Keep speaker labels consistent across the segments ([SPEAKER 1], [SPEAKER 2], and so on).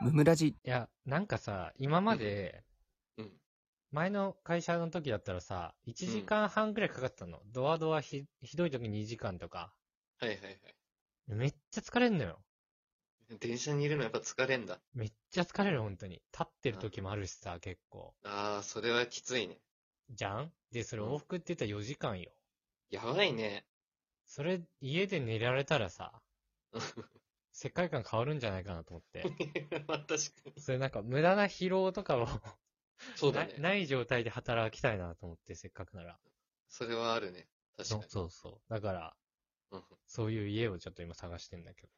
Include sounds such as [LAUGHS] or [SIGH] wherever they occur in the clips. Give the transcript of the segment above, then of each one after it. [SPEAKER 1] 村地。
[SPEAKER 2] いや、なんかさ、今まで、
[SPEAKER 3] うん。
[SPEAKER 2] 前の会社の時だったらさ、1時間半くらいかかってたの。ドアドアひ、ひどい時2時間とか。
[SPEAKER 3] はいはいはい。
[SPEAKER 2] めっちゃ疲れんのよ。
[SPEAKER 3] 電車にいるのやっぱ疲れんだ。
[SPEAKER 2] めっちゃ疲れる、本当に。立ってる時もあるしさ、結構。
[SPEAKER 3] ああ、それはきついね。
[SPEAKER 2] じゃんで、それ
[SPEAKER 3] うん
[SPEAKER 2] 往復って言ったら4時間よ。
[SPEAKER 3] やばいね。 [LAUGHS]
[SPEAKER 2] それ、家で寝られたらさ
[SPEAKER 3] うん、
[SPEAKER 2] 世界観変わるんじゃないかなと
[SPEAKER 3] [LAUGHS]
[SPEAKER 2] 思って。
[SPEAKER 3] まあ確かに。
[SPEAKER 2] それなんか無駄な疲労とかを
[SPEAKER 3] そうだ
[SPEAKER 2] な
[SPEAKER 3] ね。
[SPEAKER 2] ない [LAUGHS] 状態で働きたいなと思って、せっかくなら。
[SPEAKER 3] それはあるね。確か
[SPEAKER 2] そうそうそう。だから、
[SPEAKER 3] に。
[SPEAKER 2] そういう家をちょっと今探してんだけ
[SPEAKER 3] う
[SPEAKER 2] ど。
[SPEAKER 3] ん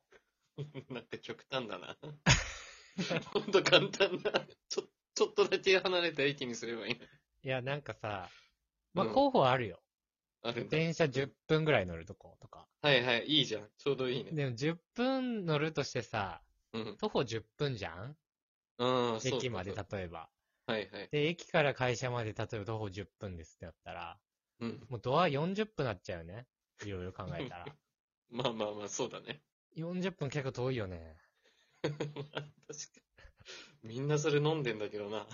[SPEAKER 3] [LAUGHS] なんか極端だな。 [LAUGHS] ほんと簡単な。ちょ、ちょっとだけ離れた駅にすればいいの。
[SPEAKER 2] いや、なんかさ、まあ、
[SPEAKER 3] うん
[SPEAKER 2] 候補はあるよ。
[SPEAKER 3] あるんだ。
[SPEAKER 2] 電車10分ぐらい乗るとことか。
[SPEAKER 3] はいはい、いいじゃん。ちょうどいいね。
[SPEAKER 2] でも10分乗るとしてさ、
[SPEAKER 3] うん。
[SPEAKER 2] 徒歩10分じゃん
[SPEAKER 3] うん、そう。
[SPEAKER 2] 駅まで
[SPEAKER 3] そう
[SPEAKER 2] 例えば。
[SPEAKER 3] はいはい。
[SPEAKER 2] で、駅から会社まで例えば徒歩10分ですってなったら、
[SPEAKER 3] うん。
[SPEAKER 2] もうドア40分なっちゃうよね。いろいろ考え
[SPEAKER 3] [LAUGHS]
[SPEAKER 2] たら。
[SPEAKER 3] まあまあまあ、そうだね。 [LAUGHS]
[SPEAKER 2] 40分結構遠いよね。
[SPEAKER 3] まあ確かに。みんなそれ飲んでんだけどな。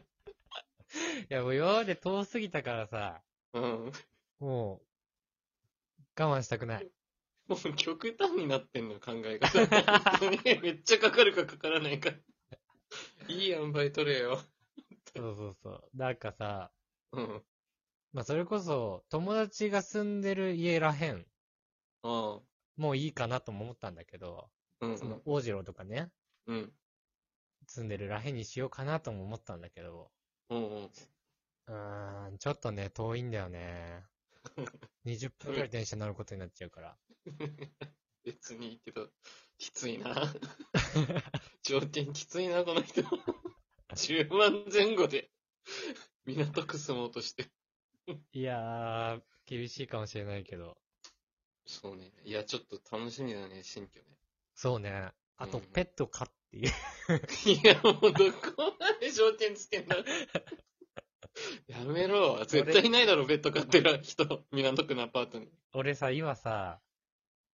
[SPEAKER 2] いや、もう今まで遠すぎたからさ、
[SPEAKER 3] うん。
[SPEAKER 2] もう、我慢したくない。
[SPEAKER 3] もう極端になってんの、考え方。本当にめっちゃかかるかかからないか。いい塩梅取れよ。
[SPEAKER 2] そうそうそう。なんかさ、
[SPEAKER 3] うん。
[SPEAKER 2] まあ、それこそ、友達が住んでる家らへん、
[SPEAKER 3] ああ。
[SPEAKER 2] もういいかなとも思ったんだけど、
[SPEAKER 3] うん
[SPEAKER 2] その、大次郎とかね、
[SPEAKER 3] うん。
[SPEAKER 2] 住んでるらへんにしようかなとも思ったんだけど、
[SPEAKER 3] うん。うん。
[SPEAKER 2] うーん、ちょっとね、遠いんだよね。20分くらい電車乗ることになっちゃうから。
[SPEAKER 3] 別にいいけど、きついな。条件きついな、この人。10万前後で、港区住もうとして。
[SPEAKER 2] いやー、厳しいかもしれないけど。
[SPEAKER 3] そうね。いや、ちょっと楽しみだね、新居ね。
[SPEAKER 2] そうね。あと、ペット飼っていう。 [LAUGHS]
[SPEAKER 3] いや、もうどこまで条件つけんだ。やめろ。絶対いないだろ、ベッド買ってる人。港区のアパートに。
[SPEAKER 2] 俺さ、今さ、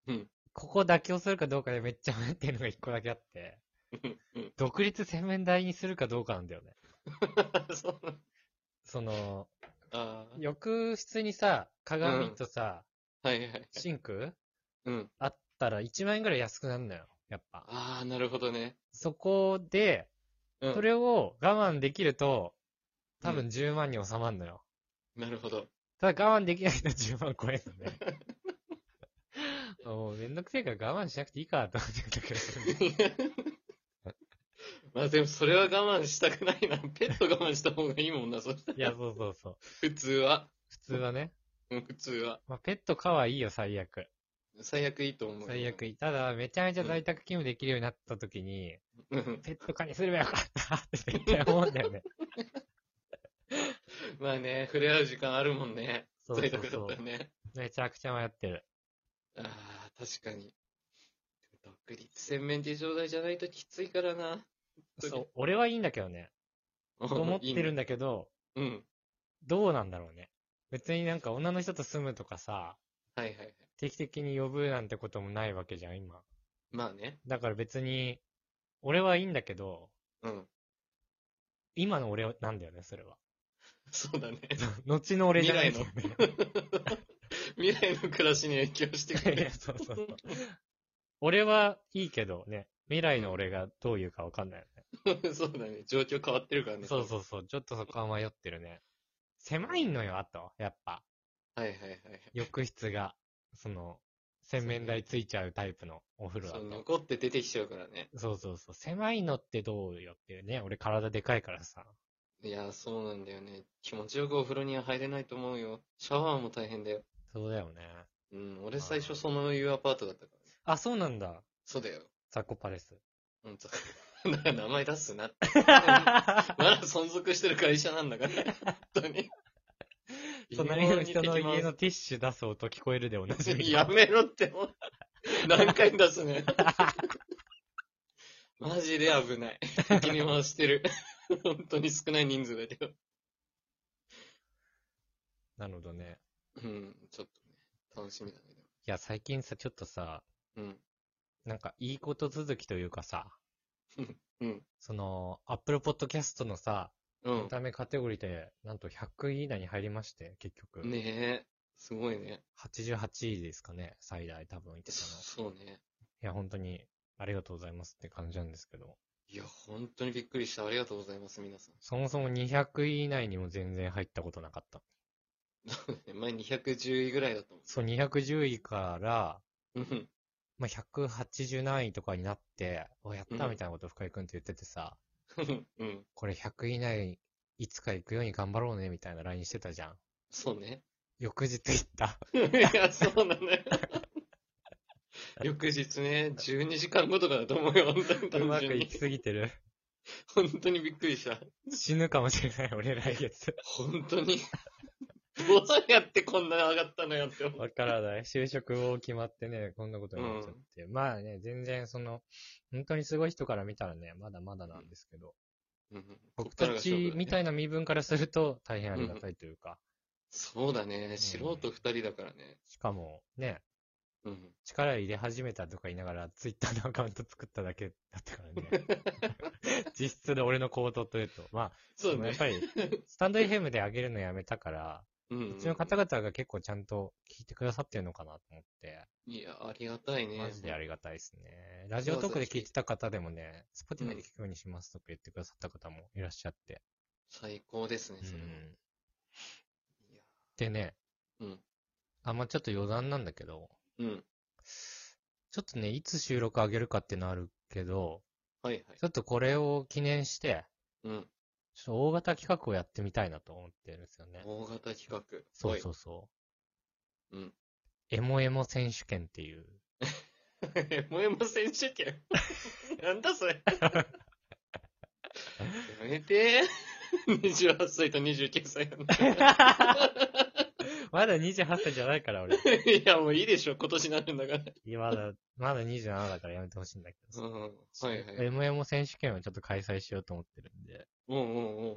[SPEAKER 3] うん
[SPEAKER 2] ここ妥協するかどうかでめっちゃ迷ってるのが一個だけあって、
[SPEAKER 3] うんうん [LAUGHS]
[SPEAKER 2] 独立洗面台にするかどうかなんだよね。
[SPEAKER 3] そうなん
[SPEAKER 2] その、
[SPEAKER 3] あ
[SPEAKER 2] 浴室にさ、鏡とさ、
[SPEAKER 3] あ、はいはい。
[SPEAKER 2] シンク
[SPEAKER 3] うん。
[SPEAKER 2] あったら1万円ぐらい安くなるのよ。やっぱ。
[SPEAKER 3] ああ、なるほどね。
[SPEAKER 2] そこで、
[SPEAKER 3] うん。
[SPEAKER 2] それを我慢できると、多
[SPEAKER 3] う
[SPEAKER 2] 分
[SPEAKER 3] ん
[SPEAKER 2] 10万に収まるのよ。
[SPEAKER 3] なるほど。 [LAUGHS]
[SPEAKER 2] ただ我慢できないと10万超えるのね。 [LAUGHS] もうめんどくせえから我慢しなくていいかと思ってたけど。
[SPEAKER 3] [LAUGHS] まあでもそれは我慢したくないな。ペット我慢した方がいいもんな、そしたら
[SPEAKER 2] いや、そうそうそう。
[SPEAKER 3] 普通は。
[SPEAKER 2] 普通はね。
[SPEAKER 3] うん普通は。
[SPEAKER 2] まあ、ペット可愛いよ、最悪。
[SPEAKER 3] 最悪いいと思うよ。
[SPEAKER 2] 最悪いい。ただ、めちゃめちゃ在宅勤務できるようになった時に、
[SPEAKER 3] うん。
[SPEAKER 2] ペット化にすればよかったって絶対思うんだよね。
[SPEAKER 3] まあね、触れ合う時間あるもんね。
[SPEAKER 2] そ
[SPEAKER 3] [LAUGHS]
[SPEAKER 2] う
[SPEAKER 3] 在
[SPEAKER 2] そう
[SPEAKER 3] 宅だ
[SPEAKER 2] そ
[SPEAKER 3] ったら
[SPEAKER 2] う。
[SPEAKER 3] ね。
[SPEAKER 2] めちゃくちゃ迷ってる。
[SPEAKER 3] ああ、確かに。独立洗面所状態じゃないときついからな。
[SPEAKER 2] そう、俺はいいんだけどね。
[SPEAKER 3] うん。
[SPEAKER 2] と思ってるん
[SPEAKER 3] だ。
[SPEAKER 2] だけど、
[SPEAKER 3] うん。
[SPEAKER 2] どうなんだろうね。別になんか女の人と住むとかさ、
[SPEAKER 3] はいはいはい。
[SPEAKER 2] 定期的に呼ぶなんてこともないわけじゃん、今。
[SPEAKER 3] まあね。
[SPEAKER 2] だから別に、俺はいいんだけど、
[SPEAKER 3] うん。
[SPEAKER 2] 今の俺なんだよね、それは。 [LAUGHS]
[SPEAKER 3] そうだね。
[SPEAKER 2] 後の俺じゃないんだ
[SPEAKER 3] 未
[SPEAKER 2] よね。
[SPEAKER 3] 未来の暮らしに影響してく
[SPEAKER 2] いや
[SPEAKER 3] る。
[SPEAKER 2] [LAUGHS] そうそうそう。俺はいいけどね、未来の俺がどういうかわかんないよ
[SPEAKER 3] [LAUGHS]
[SPEAKER 2] ね。
[SPEAKER 3] そうだね。状況変わってるからね。
[SPEAKER 2] そうそうそう、ちょっとそこは迷ってるね。狭いのよ、あと、やっぱ。
[SPEAKER 3] う。はいはいはい。
[SPEAKER 2] 浴室が、その、洗面台ついちゃうタイプのお風呂だ
[SPEAKER 3] そう、
[SPEAKER 2] と。
[SPEAKER 3] 残って出てきちゃうからね。
[SPEAKER 2] そうそうそう、狭いのってどうよっていうね、俺体でかいからさ。
[SPEAKER 3] いや、そうなんだよね。気持ちよくお風呂には入れないと思うよ。シャワーも大変だよ。
[SPEAKER 2] そうだよね。
[SPEAKER 3] うん、俺最初そのいうアパートだったから。
[SPEAKER 2] あ、そうなんだ。
[SPEAKER 3] そうだよ。
[SPEAKER 2] ザコパ
[SPEAKER 3] [LAUGHS]
[SPEAKER 2] レス。
[SPEAKER 3] ほんと。 [LAUGHS] だから名前出す
[SPEAKER 2] [LAUGHS]
[SPEAKER 3] なって。まだ存続してる会社なんだから。本当に。
[SPEAKER 2] [LAUGHS] 隣の人の家のティッシュ出す音聞こえるでおなじみ。
[SPEAKER 3] やめろって、もう何回出すね。 [LAUGHS] マジで危ない。敵に回してる。本当に少ない人数だけど。
[SPEAKER 2] なるほどね。
[SPEAKER 3] うん、ちょっとね、楽しみだね。
[SPEAKER 2] いや、最近さ、ちょっとさ、
[SPEAKER 3] うん。
[SPEAKER 2] なんかいいこと続きというかさ、
[SPEAKER 3] うん。
[SPEAKER 2] その、Apple Podcast のさ、
[SPEAKER 3] う
[SPEAKER 2] エンタメカテゴリーで、なんと100位以内に入りまして、結局。
[SPEAKER 3] ん。ねえ。すごいね。
[SPEAKER 2] 88位ですかね、最大多分言ってたの。い
[SPEAKER 3] そうね。
[SPEAKER 2] や、本当に、ありがとうございますって感じなんですけど。
[SPEAKER 3] いや、本当にびっくりした。ありがとうございます、皆さん。
[SPEAKER 2] そもそも200位以内にも全然入ったことなかった。
[SPEAKER 3] 前210位ぐらいだと思
[SPEAKER 2] そう、210位から、
[SPEAKER 3] う。うん。
[SPEAKER 2] まあ、180何位とかになって、お、やった
[SPEAKER 3] うん
[SPEAKER 2] みたいなことを深井くんと言っててさ、
[SPEAKER 3] うん。
[SPEAKER 2] これ100位以内、いつか行くように頑張ろうね、みたいな LINE してたじゃん。
[SPEAKER 3] そうね。
[SPEAKER 2] 翌日行った。
[SPEAKER 3] [LAUGHS] いや、そうなのよ。 [LAUGHS] 翌日ね、12時間後とかだと思うよ。本当に単
[SPEAKER 2] う
[SPEAKER 3] 純に
[SPEAKER 2] まくいきすぎて
[SPEAKER 3] [LAUGHS]
[SPEAKER 2] る。
[SPEAKER 3] 本当にびっくりした。
[SPEAKER 2] 死ぬかもしれない、俺来月。
[SPEAKER 3] 本当に。 [LAUGHS] どうやってこんな上がったのよって思う。
[SPEAKER 2] わからない。就職を決まってね、こんなことになっちゃって。まあね、全然その、本当にすごい人から見たらね、まだまだなんですけど、
[SPEAKER 3] うん
[SPEAKER 2] 僕たちみたいな身分からすると大変ありがたいというか、
[SPEAKER 3] そうだね。素人二人だからね。
[SPEAKER 2] しかもね、
[SPEAKER 3] うん。
[SPEAKER 2] 力入れ始めたとか言いながら、ツイッターのアカウント作っただけだったから [LAUGHS] ね。実質で俺の行動というと。まあ、
[SPEAKER 3] そう
[SPEAKER 2] やっ
[SPEAKER 3] ね。
[SPEAKER 2] ぱり、スタンド FM で上げるのやめたから、
[SPEAKER 3] うん
[SPEAKER 2] うちの方々が結構ちゃんと聞いてくださってるのかなと思って、
[SPEAKER 3] いや、ありがたいね。
[SPEAKER 2] マジでありがたいですね。ラジオトークで聞いてた方でもね、スポティファイで聞くようにしますとか言ってくださった方もいらっしゃって。
[SPEAKER 3] 最高ですね、それは。
[SPEAKER 2] うん
[SPEAKER 3] いや
[SPEAKER 2] でね、
[SPEAKER 3] うん
[SPEAKER 2] あ、まあ、ちょっと余談なんだけど、
[SPEAKER 3] うん。
[SPEAKER 2] ちょっとね、いつ収録上げるかっていうのあるけど、
[SPEAKER 3] はいはい。
[SPEAKER 2] ちょっとこれを記念して、
[SPEAKER 3] うん。
[SPEAKER 2] ちょっと大型企画をやってみたいなと思ってるんですよね。
[SPEAKER 3] 大型企画。
[SPEAKER 2] そうそうそう。
[SPEAKER 3] うん。
[SPEAKER 2] エモエモ選手権っ
[SPEAKER 3] [LAUGHS]
[SPEAKER 2] ていう。
[SPEAKER 3] おい。 [LAUGHS] もえも選手権。 [LAUGHS] なんだ
[SPEAKER 2] [LAUGHS]
[SPEAKER 3] それ。やめて。28歳と29歳 [LAUGHS] なんだ。
[SPEAKER 2] まだ28歳じゃないから俺。
[SPEAKER 3] いや、もういいでしょ。今年になるんだから。
[SPEAKER 2] いやまだ、まだ27だからやめてほしいんだけ
[SPEAKER 3] う
[SPEAKER 2] ど。
[SPEAKER 3] ん。はいはい。
[SPEAKER 2] MM 選手権をちょっと開催しようと思ってるんで。
[SPEAKER 3] おう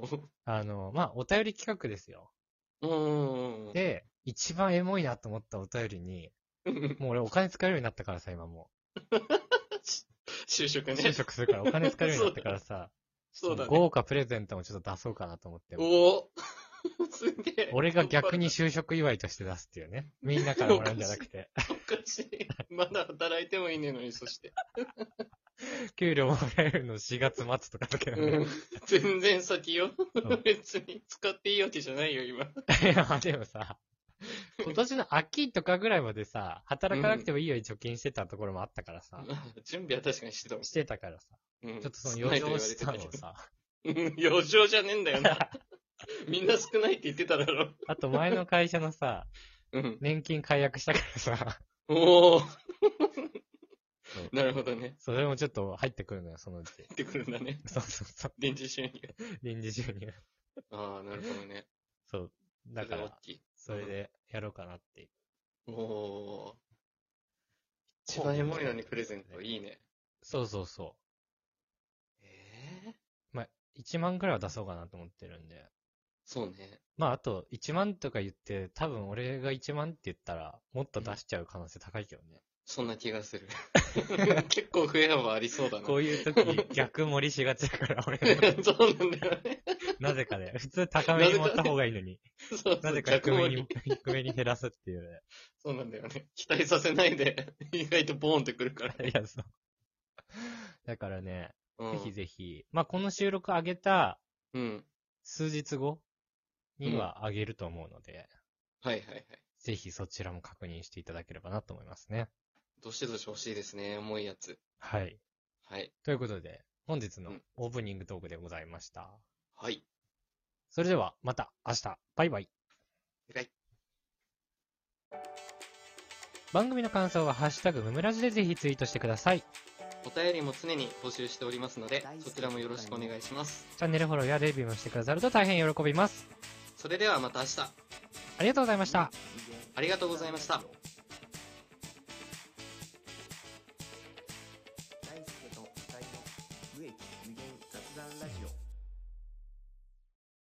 [SPEAKER 3] んうん
[SPEAKER 2] あの、まあ、お便り企画ですよ。
[SPEAKER 3] うん。うんうんうん。
[SPEAKER 2] で、一番エモいなと思ったお便りに、もう俺お金使えるようになったからさ、今も
[SPEAKER 3] 就職 [LAUGHS]
[SPEAKER 2] う。
[SPEAKER 3] ね。
[SPEAKER 2] 就職するからお金使えるようになったからさ、
[SPEAKER 3] そうだね。
[SPEAKER 2] 豪華プレゼントもちょっと出そうかなと思って。
[SPEAKER 3] お [LAUGHS] おすげえ。
[SPEAKER 2] 俺が逆に就職祝いとして出すってい
[SPEAKER 3] [LAUGHS]
[SPEAKER 2] うね。みんなからもらうんじゃなくて。
[SPEAKER 3] おかしい。まだ働いてもいいねのに、そして。
[SPEAKER 2] 給料もらえるの4月末とかだけなんだ
[SPEAKER 3] う
[SPEAKER 2] よ
[SPEAKER 3] ん。全然先よ
[SPEAKER 2] ん。
[SPEAKER 3] 別に使っていいわけじゃないよ、今。
[SPEAKER 2] [LAUGHS] いや、でもさ、今年の秋とかぐらいまでさ、働かなくてもいいように貯金してたところもあったからさ、
[SPEAKER 3] 準備は確かにしてたもん。
[SPEAKER 2] してたからさ、
[SPEAKER 3] うん
[SPEAKER 2] ちょっとその余剰資産をさ、
[SPEAKER 3] [LAUGHS] うん余剰じゃねえんだよな。 [LAUGHS] みんな少ないって言ってただろ。
[SPEAKER 2] あと前の会社のさ、
[SPEAKER 3] うん。
[SPEAKER 2] 年金解約したからさ、
[SPEAKER 3] [LAUGHS] おお
[SPEAKER 2] そう。
[SPEAKER 3] なるほどね。
[SPEAKER 2] それもちょっと入ってくるのよ、そのうち。
[SPEAKER 3] 言ってくるんだね。
[SPEAKER 2] そうそうそう、
[SPEAKER 3] 臨時収入。
[SPEAKER 2] 臨時収入。
[SPEAKER 3] ああ、なるほどね。
[SPEAKER 2] そう。だか
[SPEAKER 3] それは
[SPEAKER 2] ら
[SPEAKER 3] 大、きい。
[SPEAKER 2] それでやろうかなっていう。
[SPEAKER 3] おおー。一番エモいのにプレゼント、いいね。
[SPEAKER 2] そうそうそ
[SPEAKER 3] ええ
[SPEAKER 2] う。1万くらいは出そうかなと思ってるんで。
[SPEAKER 3] そうね。
[SPEAKER 2] まあ、あと、1万とか言って、多分俺が1万って言ったら、もっと出しちゃう可能性高いけどね。
[SPEAKER 3] そんな気がする。 [LAUGHS] 結構増え幅ありそうだな。
[SPEAKER 2] こういう [LAUGHS] 時、逆盛りしがちだから、俺
[SPEAKER 3] [LAUGHS]
[SPEAKER 2] は。
[SPEAKER 3] そうなんだよね。
[SPEAKER 2] なぜかね。普通高めに持った方がいいのに。
[SPEAKER 3] そうそう
[SPEAKER 2] なぜか低
[SPEAKER 3] 逆
[SPEAKER 2] め
[SPEAKER 3] 盛り
[SPEAKER 2] に、低めに減らすっていうね。
[SPEAKER 3] そうなんだよね。期待させないで、意外とボーンってくるからね。
[SPEAKER 2] いや、そう。だからね、
[SPEAKER 3] うん
[SPEAKER 2] ぜひぜひ。まあ、この収録上げた
[SPEAKER 3] うん。
[SPEAKER 2] 数日後には上げると思うので、
[SPEAKER 3] はいはいはい。
[SPEAKER 2] ぜひそちらも確認していただければなと思いますね。
[SPEAKER 3] どしどし欲しいですね。重いやつ。
[SPEAKER 2] はい。
[SPEAKER 3] はい。
[SPEAKER 2] ということで、本日の
[SPEAKER 3] うん
[SPEAKER 2] オープニングトークでございました。
[SPEAKER 3] はい。
[SPEAKER 2] それでは、また明日。バイバイ。
[SPEAKER 3] 偉い。
[SPEAKER 2] 番組の感想は、ハッシュタグムムラジでぜひツイートしてください。
[SPEAKER 3] お便りも常に募集しておりますので、そちらもよろしくお願いします。
[SPEAKER 2] チャンネルフォローやレビューもしてくださると大変喜びます。
[SPEAKER 3] それではまた明日。
[SPEAKER 2] ありがとうございました。
[SPEAKER 3] ありがとうございました。